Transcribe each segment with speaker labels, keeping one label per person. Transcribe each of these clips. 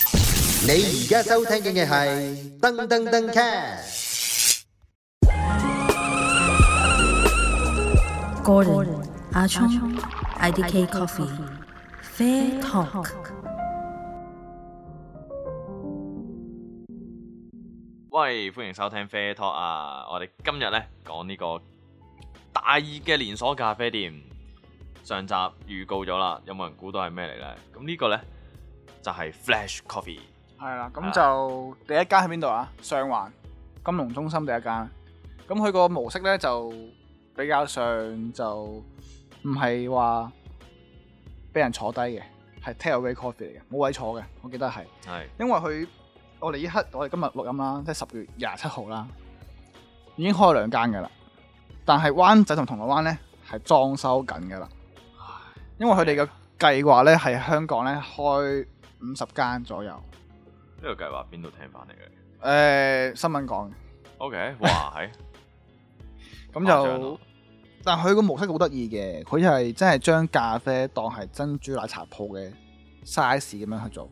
Speaker 1: 你而家收聽嘅係噔噔噔 cast。
Speaker 2: Gordon 阿聰 IDK Coffee Fair Talk。
Speaker 3: 喂，歡迎收聽 Fair Talk 啊！我哋今日呢講呢個大熱嘅連鎖咖啡店，上集預告咗啦，有冇人估到係咩嚟呢？咁呢個呢，就係、Flash Coffee。
Speaker 4: 系啦，
Speaker 3: 係啦
Speaker 4: 咁就第一間喺邊度啊？上環金融中心第一間。咁佢個模式咧就比較上就唔係話俾人坐低嘅，係 takeaway coffee 嚟嘅，冇位坐嘅，我記得係。
Speaker 3: 係
Speaker 4: 因為佢我哋依刻我哋今日錄音啦，即係十月廿七號啦，已經開咗兩間噶啦。但係灣仔同銅鑼灣咧係裝修緊噶啦，因為佢哋嘅計劃咧係香港咧開五十間左右。
Speaker 3: 呢個計劃邊度聽翻嚟嘅
Speaker 4: 誒、呃新聞講嘅，
Speaker 3: ？OK，哇，係
Speaker 4: 咁
Speaker 3: 誇張啊咯
Speaker 4: 就，但佢個模式好得意嘅，佢係真係將咖啡當係珍珠奶茶鋪嘅 size 咁樣去做，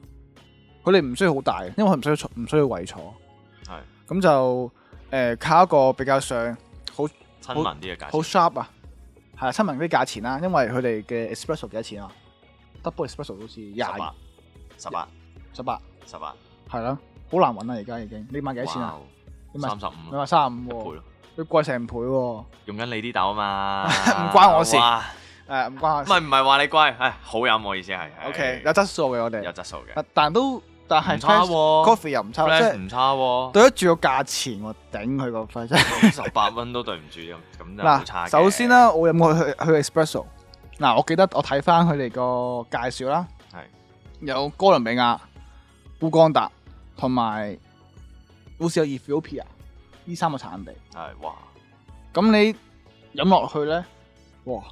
Speaker 4: 佢哋唔需要好大嘅，因為佢唔需要坐唔需要位坐，
Speaker 3: 係
Speaker 4: 咁就誒、呃靠一個比較上好
Speaker 3: 親民啲嘅介
Speaker 4: 好
Speaker 3: 紹。
Speaker 4: sharp 啊，係啊親民啲價錢啦，因為佢哋嘅 espresso 幾多錢啊？double espresso 好似廿
Speaker 3: 十八，十八，
Speaker 4: 十八，
Speaker 3: 十八，
Speaker 4: 係啦，好難啊揾啦而家已經，你買幾多錢啊？你買
Speaker 3: 三十
Speaker 4: 你
Speaker 3: 五，
Speaker 4: 買
Speaker 3: 一
Speaker 4: 三十
Speaker 3: 倍
Speaker 4: 五喎，
Speaker 3: 咯，
Speaker 4: 佢貴成倍喎，
Speaker 3: 用緊你啲豆啊嘛，
Speaker 4: 唔關我事
Speaker 3: 哇
Speaker 4: 誒唔關我
Speaker 3: 唔
Speaker 4: 事
Speaker 3: 係唔係話你貴，係好飲我意思係。係
Speaker 4: O K，有質素嘅我
Speaker 3: 有
Speaker 4: 哋，
Speaker 3: 質素嘅
Speaker 4: 但但都但係
Speaker 3: 唔差
Speaker 4: French
Speaker 3: 喎
Speaker 4: coffee 又唔差，即
Speaker 3: ，Flash
Speaker 4: 係
Speaker 3: 唔差喎。
Speaker 4: 對得住個價錢喎，頂佢個 費真係。
Speaker 3: 十八蚊都對唔住咁，咁就好差
Speaker 4: 嗱，
Speaker 3: 嘅
Speaker 4: 首先，啦，我飲過去去 espresso，嗱，我記得我睇翻佢哋個介紹啦，
Speaker 3: 係
Speaker 4: 有哥倫比亞、烏干達同埋好似有 Ethiopia 呢三個產地，
Speaker 3: 係哇，
Speaker 4: 咁你飲落去咧，哇！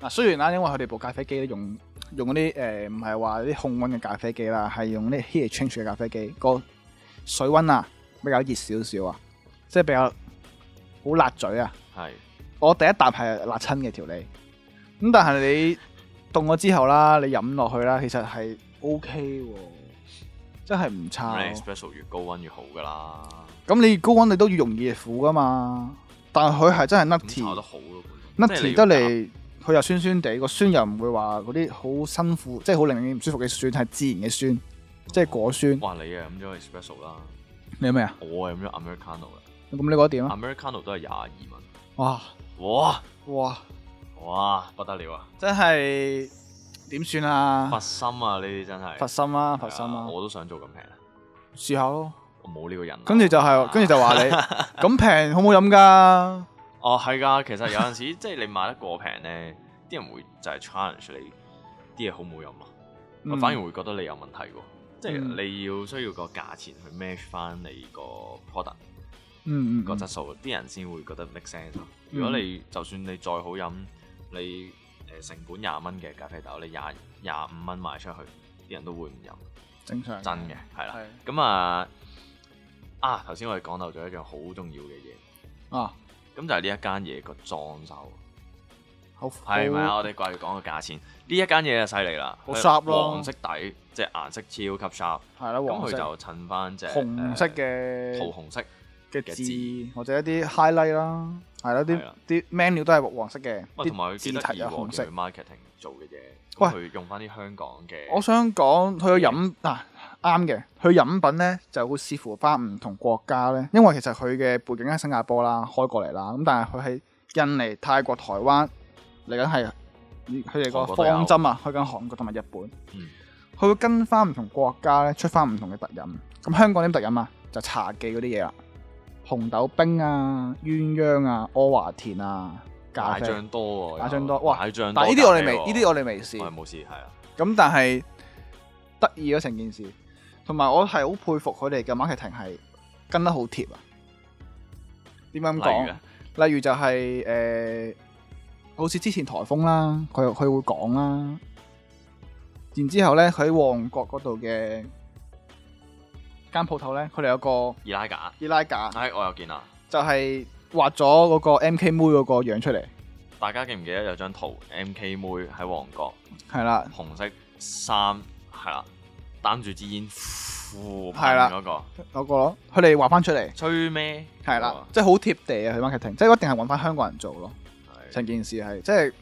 Speaker 4: 嗱，雖然啦，因為佢哋部咖啡機咧用用嗰啲誒唔係話啲控温嘅咖啡機啦，係用啲 heat exchange 嘅咖啡機，個水温啊比較熱少少啊，即係比較好辣嘴啊。
Speaker 3: 係
Speaker 4: 我第一啖係辣親嘅條脷，咁但係你凍咗之後啦，你飲落去啦，其實係 O K 喎，真係唔差
Speaker 3: 咁你
Speaker 4: 喎。
Speaker 3: espresso 越高温越好噶啦，
Speaker 4: 咁你高温你都要容易苦噶嘛，但係佢係真係
Speaker 3: 咁炒得
Speaker 4: nutty。
Speaker 3: 好咯，本身
Speaker 4: nutty 啊得，嚟，佢又酸酸地，個酸又唔會話嗰啲好辛苦，即係好令你唔舒服嘅酸，係自然嘅酸，即係果酸。
Speaker 3: 哇你啊飲咗 espresso 啦，
Speaker 4: 你有咩啊？
Speaker 3: 我啊飲咗 americano 啦
Speaker 4: 咁你覺得點啊？
Speaker 3: ，americano 都係廿二蚊，
Speaker 4: 哇
Speaker 3: 哇
Speaker 4: 哇，
Speaker 3: 哇不得了啊，
Speaker 4: 真係點算啊
Speaker 3: 佛？心啊呢啲真係，
Speaker 4: 佛心啦，佛心
Speaker 3: 係啊
Speaker 4: 啦，
Speaker 3: 我都想做咁平啊，
Speaker 4: 試下咯。
Speaker 3: 我冇呢個人啊，
Speaker 4: 跟住就係，跟住 就話你咁平好唔好飲㗎？
Speaker 3: 哦，係㗎，其實有陣時 即係你買得過平咧，啲人會就係 challenge 你啲嘢好唔好飲啊咯，我
Speaker 4: 嗯
Speaker 3: 反而會覺得你有問題喎，即係
Speaker 4: 嗯
Speaker 3: 你要需要個價錢去 match 翻你個 product
Speaker 4: 嗯嗯，
Speaker 3: 個質
Speaker 4: 嗯
Speaker 3: 素，啲人先會覺得 make sense 咯。如果你就算你再好飲，你誒成本廿蚊嘅咖啡豆，你廿廿五蚊賣出去，啲人都會唔飲，
Speaker 4: 正常
Speaker 3: 真嘅係啦
Speaker 4: 係。
Speaker 3: 咁啊啊頭先我哋講漏咗一樣好重要嘅嘢，
Speaker 4: 啊，
Speaker 3: 咁就係呢一間嘢個裝修。
Speaker 4: 好
Speaker 3: 係咪啊？我哋掛住講個價錢，呢一間嘢就犀利啦，
Speaker 4: 好
Speaker 3: 佢
Speaker 4: sharp 咯
Speaker 3: 黃色底，即係顏色超級 sharp，
Speaker 4: 係啦，
Speaker 3: 咁
Speaker 4: 黃
Speaker 3: 佢
Speaker 4: 色、
Speaker 3: 就襯翻隻
Speaker 4: 紅色
Speaker 3: 誒桃
Speaker 4: 嘅
Speaker 3: 紅色，
Speaker 4: 嘅
Speaker 3: 嘅
Speaker 4: 字，或者一啲 highlight 啦，係啦，
Speaker 3: 係
Speaker 4: 啲
Speaker 3: 啦
Speaker 4: 啲 menu 都係黃色嘅，
Speaker 3: 喂，同埋佢
Speaker 4: 啲
Speaker 3: 記
Speaker 4: 字
Speaker 3: 得
Speaker 4: 體
Speaker 3: 以
Speaker 4: 有
Speaker 3: 往
Speaker 4: 紅色
Speaker 3: 嘅。marketing 做嘅嘢，咁佢用翻啲香港嘅，
Speaker 4: 我想講佢嘅飲啊啱嘅，佢飲品咧就會視乎翻唔同國家咧，因為其實佢嘅背景喺新加坡啦，開過嚟啦，咁但係佢喺印尼、泰國、台灣嚟緊係佢哋個
Speaker 3: 韓國都有
Speaker 4: 方針啊，去緊韓國同埋日本，佢、
Speaker 3: 嗯
Speaker 4: 會跟翻唔同國家咧出翻唔同嘅特飲。咁香港啲特飲啊，就茶記嗰啲嘢啦，紅豆冰啊、鴛鴦啊、阿華田啊、咖
Speaker 3: 奶
Speaker 4: 啡。
Speaker 3: 醬多喎，
Speaker 4: 奶醬多哇
Speaker 3: 奶醬多
Speaker 4: 但係呢啲我哋
Speaker 3: 咖啡
Speaker 4: 未，
Speaker 3: 喎
Speaker 4: 呢啲我哋未試。
Speaker 3: 我係冇試，係啊，
Speaker 4: 咁但係得意咗成件事，同埋我係好佩服佢哋嘅 marketing 係跟得好貼啊！點解咁
Speaker 3: 例如啊
Speaker 4: 講
Speaker 3: 咧？，
Speaker 4: 例如就係、呃好似之前颱風啦，佢佢會講啦，然之後咧佢喺旺角嗰度嘅間鋪頭咧，佢哋有個
Speaker 3: 伊拉架，
Speaker 4: 易拉架，
Speaker 3: 唉，我又見啦，
Speaker 4: 就係畫咗嗰個 MK 妹嗰個樣出嚟，
Speaker 3: 大家記唔記得有張圖？MK 妹喺旺角，
Speaker 4: 係啦，
Speaker 3: 紅色衫，係啦，擔住支煙。扶
Speaker 4: 係啦
Speaker 3: 嗰個
Speaker 4: 嗰個咯，佢哋話翻出嚟
Speaker 3: 吹咩？哦
Speaker 4: 係
Speaker 3: 嗰
Speaker 4: 啦
Speaker 3: 個，
Speaker 4: 即係好貼地啊！佢 marketing，即係一定係揾翻香港人做咯。
Speaker 3: 係
Speaker 4: 成件事係即係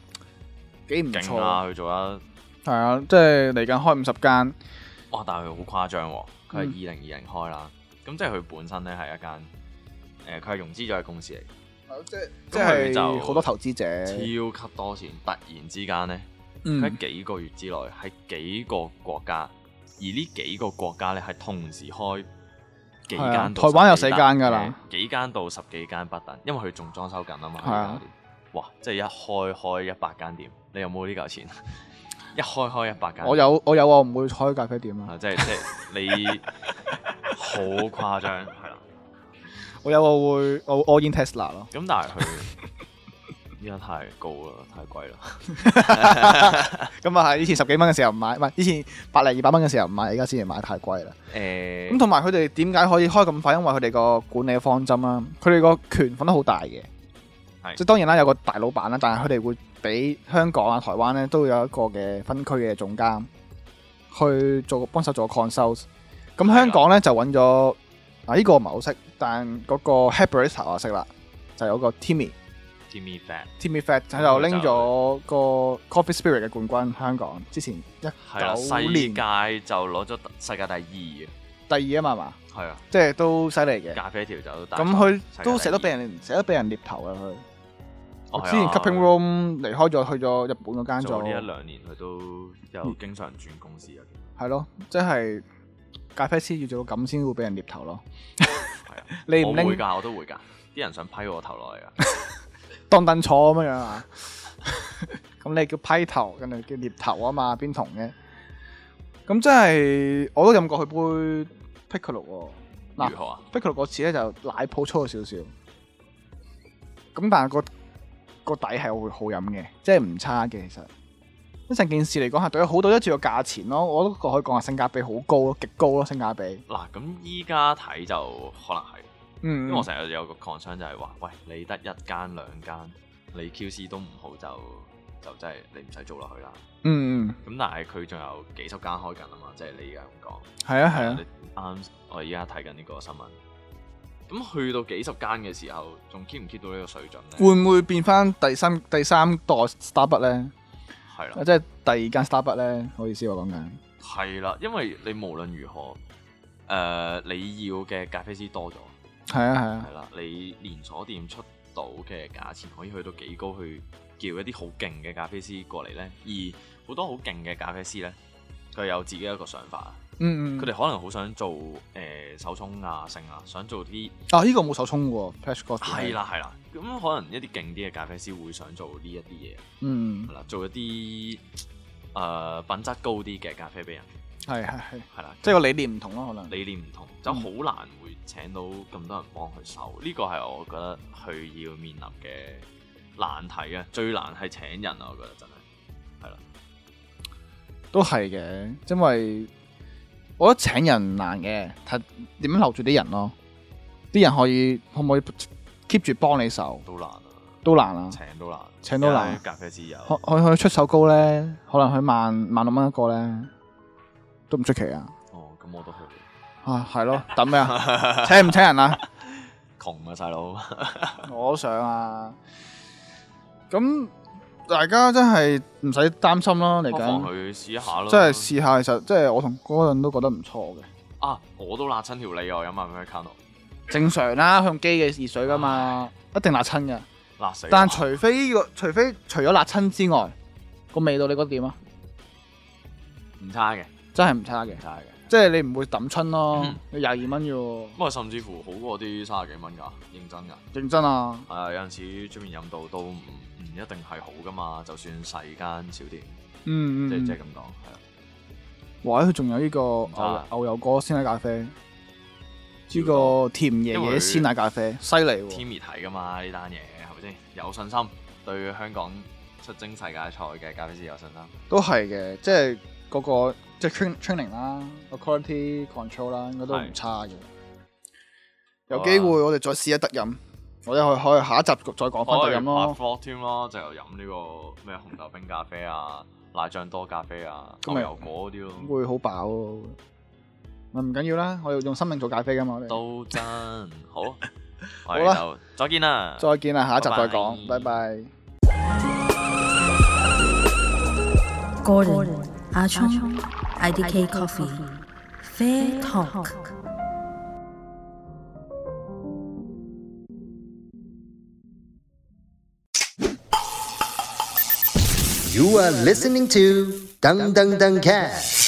Speaker 4: 幾唔
Speaker 3: 勁
Speaker 4: 錯，
Speaker 3: 啊！佢做得
Speaker 4: 係啊！即係嚟緊開五十間，
Speaker 3: 哇！但係佢好誇張喎，佢係
Speaker 4: 嗯
Speaker 3: 二零二零開啦，咁即係佢本身咧係一間誒，佢係融資咗嘅公司嚟
Speaker 4: 即係即
Speaker 3: 咁佢就
Speaker 4: 係好多投資者，
Speaker 3: 嘅，超級多錢，突然之間咧，佢
Speaker 4: 嗯
Speaker 3: 喺幾個月之內喺幾個國家，而呢幾個國家咧係同時開幾
Speaker 4: 係啊
Speaker 3: 間到
Speaker 4: 台灣有
Speaker 3: 十幾
Speaker 4: 四
Speaker 3: 間
Speaker 4: 間㗎啦，
Speaker 3: 誒幾間到十幾間不等，因為佢仲裝修緊啊嘛。
Speaker 4: 係啊
Speaker 3: 而家嗰啲，哇！即係一開開一百間店，你有冇呢嚿錢？ 一開開一百間，
Speaker 4: 我有我有啊，我唔會開咖啡店啊，
Speaker 3: 啊！即係即係你好誇張，係啦。
Speaker 4: 我有我會我 all in Tesla 咯，
Speaker 3: 咁但係佢 依家太高啦，太貴啦。
Speaker 4: 咁啊係以前十幾蚊嘅時候唔買，唔係以前百零二百蚊嘅時候唔買，而家先至買太貴啦。
Speaker 3: 誒
Speaker 4: 咁同埋佢哋點解可以開咁快？因為佢哋個管理方針啦，佢哋個權份都好大嘅
Speaker 3: 係。
Speaker 4: 即係當然啦，有個大老闆啦，但係佢哋會俾香港啊、台灣咧都有一個嘅分區嘅總監去做幫手做 consult。咁
Speaker 3: 啊
Speaker 4: 香港咧就揾咗啊，呢個我唔係好識，但嗰個 head barista 我識啦，就有個 Timmy
Speaker 3: Jimmy Fat
Speaker 4: Timmy Fat 佢就
Speaker 3: 啊
Speaker 4: 拎咗個 Coffee Spirit 嘅冠軍香港，之前一
Speaker 3: 係啦，
Speaker 4: 九
Speaker 3: 世
Speaker 4: 年
Speaker 3: 界就攞咗世界第二嘅，
Speaker 4: 第二啊嘛係嘛，
Speaker 3: 係啊，
Speaker 4: 即係都犀利嘅。
Speaker 3: 咖啡調酒都大
Speaker 4: 咁
Speaker 3: 手
Speaker 4: 佢
Speaker 3: 世界第
Speaker 4: 都
Speaker 3: 二
Speaker 4: 成日都俾人成日都俾人獵頭啊！佢
Speaker 3: 哦係啊
Speaker 4: 之前 Cupping Room 離開咗，去咗日嗯本嗰間
Speaker 3: 做
Speaker 4: 做
Speaker 3: 呢，一兩年，佢都有經常轉公司啊嘅，
Speaker 4: 係咯，即係咖啡師要做到咁先會俾人獵頭咯。
Speaker 3: 係啊，
Speaker 4: 你
Speaker 3: 我
Speaker 4: 唔
Speaker 3: 會
Speaker 4: 拎
Speaker 3: 㗎，我都會㗎，啲人想批我頭落嚟啊，
Speaker 4: 當凳坐咁樣樣啊？ 咁你叫批頭，跟住叫獵頭啊嘛，邊同嘅？咁真係我都飲過佢杯 Piccolo 喎。嗱
Speaker 3: 如何啊？
Speaker 4: Piccolo 嗰次咧就奶泡粗咗少少，咁但係個個底係會好飲嘅，即係唔差嘅其實。一成件事嚟講係對佢好到一住個價錢咯，我都可以講係性價比好高咯，極高咯性價比。
Speaker 3: 嗱，咁依家睇就可能係，因
Speaker 4: 嗯
Speaker 3: 為我成日有個 concern 就係話，喂，你得一間兩間，你 QC 都唔好就就真係你唔使做落去啦。
Speaker 4: 嗯嗯
Speaker 3: 咁但係佢仲有幾十間開緊啊嘛，即係你而家咁講。
Speaker 4: 係啊係啊，
Speaker 3: 啱我而家睇緊呢個新聞。咁去到幾十間嘅時候，仲 keep 唔 keep 到呢個水準咧？
Speaker 4: 會唔會變翻第三第三代 Starbucks 咧？
Speaker 3: 係
Speaker 4: 啊
Speaker 3: 啦，
Speaker 4: 即係第二間 Starbucks 咧？好意思我講緊。
Speaker 3: 係啦，因為你無論如何，誒、呃你要嘅咖啡師多咗，
Speaker 4: 係啊係啊
Speaker 3: 係，啦，你連鎖店出到嘅價錢可以去到幾高，去叫一啲好勁嘅咖啡師過嚟呢。而好多好勁嘅咖啡師呢，佢有自己一個想法，啊
Speaker 4: 嗯嗯。
Speaker 3: 佢哋可能好想做誒、呃手沖啊、剩啊，想做啲
Speaker 4: 啊呢個冇手沖喎，Flash Coffee
Speaker 3: 係，啦係啦，咁可能一啲勁啲嘅咖啡師會想做呢一啲嘢，
Speaker 4: 嗯
Speaker 3: 係啦，做一啲誒、呃品質高啲嘅咖啡俾人，
Speaker 4: 係係係，
Speaker 3: 係啦，
Speaker 4: 即係個理念唔同咯，可能。
Speaker 3: 理念唔同，
Speaker 4: 嗯
Speaker 3: 就好難會請到咁多人幫佢手，呢個係我覺得佢要面臨嘅難題啊，最難係請人啊，我覺得真係，係啦，
Speaker 4: 都係嘅，因為我覺得請人唔難嘅，睇點樣留住啲人咯。啲人可以可唔可以 keep 住幫你手
Speaker 3: 都難啊，
Speaker 4: 都難啊。
Speaker 3: 請都難，
Speaker 4: 請都難
Speaker 3: 因為咖啡師有，
Speaker 4: 可可可以出手高咧，可能佢萬萬六蚊一個咧，都唔出奇啊。
Speaker 3: 哦，咁我都去，
Speaker 4: 啊，係咯，等咩 啊？請唔請人啊？
Speaker 3: 窮啊細佬，
Speaker 4: 我都想啊。咁大家真係唔使擔心啦，嚟
Speaker 3: 不妨
Speaker 4: 緊
Speaker 3: 去試一下咯，
Speaker 4: 真係試下，其實即係我同嗰陣都覺得唔錯嘅。
Speaker 3: 啊，我都辣親條脷啊，飲下 m e r c a n o
Speaker 4: 正常啦，向機嘅熱水噶嘛，一定辣
Speaker 3: 哎
Speaker 4: 親嘅。
Speaker 3: 辣死我，
Speaker 4: 但除非呢個，除非除咗辣親之外，個味道你覺得點啊？
Speaker 3: 唔差嘅。
Speaker 4: 真係唔差嘅，
Speaker 3: 晒嘅。
Speaker 4: 即係你唔會抌春咯
Speaker 3: 嗯。
Speaker 4: 你廿二蚊啫喎，
Speaker 3: 咁啊，甚至乎好過啲三十幾蚊㗎，認真㗎。
Speaker 4: 認真啊！
Speaker 3: 係啊，有陣時出面飲到都唔唔一定係好㗎嘛，就算細間小店，
Speaker 4: 嗯
Speaker 3: 即係
Speaker 4: 嗯
Speaker 3: 即係
Speaker 4: 嗯，
Speaker 3: 咁講，係啊。
Speaker 4: 或者佢仲有呢個牛
Speaker 3: 差
Speaker 4: 牛油果鮮奶咖啡，呢
Speaker 3: 超多
Speaker 4: 個甜爺
Speaker 3: 因
Speaker 4: 爺
Speaker 3: 為
Speaker 4: 鮮奶咖啡，犀利
Speaker 3: 天滅
Speaker 4: 喎！
Speaker 3: 睇㗎嘛呢單嘢係咪先？有信心對香港出征世界賽嘅咖啡師有信心。
Speaker 4: 都係嘅，即係嗰個即係 train training 啦，個 quality control 啦，應該都唔
Speaker 3: 係
Speaker 4: 差嘅。
Speaker 3: 好啊
Speaker 4: 有機會我哋再試一特飲，或者可以可以下一集再講翻特飲咯。
Speaker 3: f l o g 添咯，就飲呢個咩紅豆冰咖啡啊、奶醬多咖啡啊、
Speaker 4: 咁
Speaker 3: 牛
Speaker 4: 咪
Speaker 3: 油果嗰啲咯。
Speaker 4: 會好飽咯。咪唔緊要啦，我哋用生命做咖啡噶嘛，我哋
Speaker 3: 都真 好，我
Speaker 4: 啦
Speaker 3: 哋就再見啦。
Speaker 4: 再見啦，下一集再
Speaker 3: 拜拜
Speaker 4: 講，拜拜。
Speaker 2: Gordon, Achong, IDK Coffee, Fair Talk.
Speaker 1: You are listening to Dung Dung Dung Cat.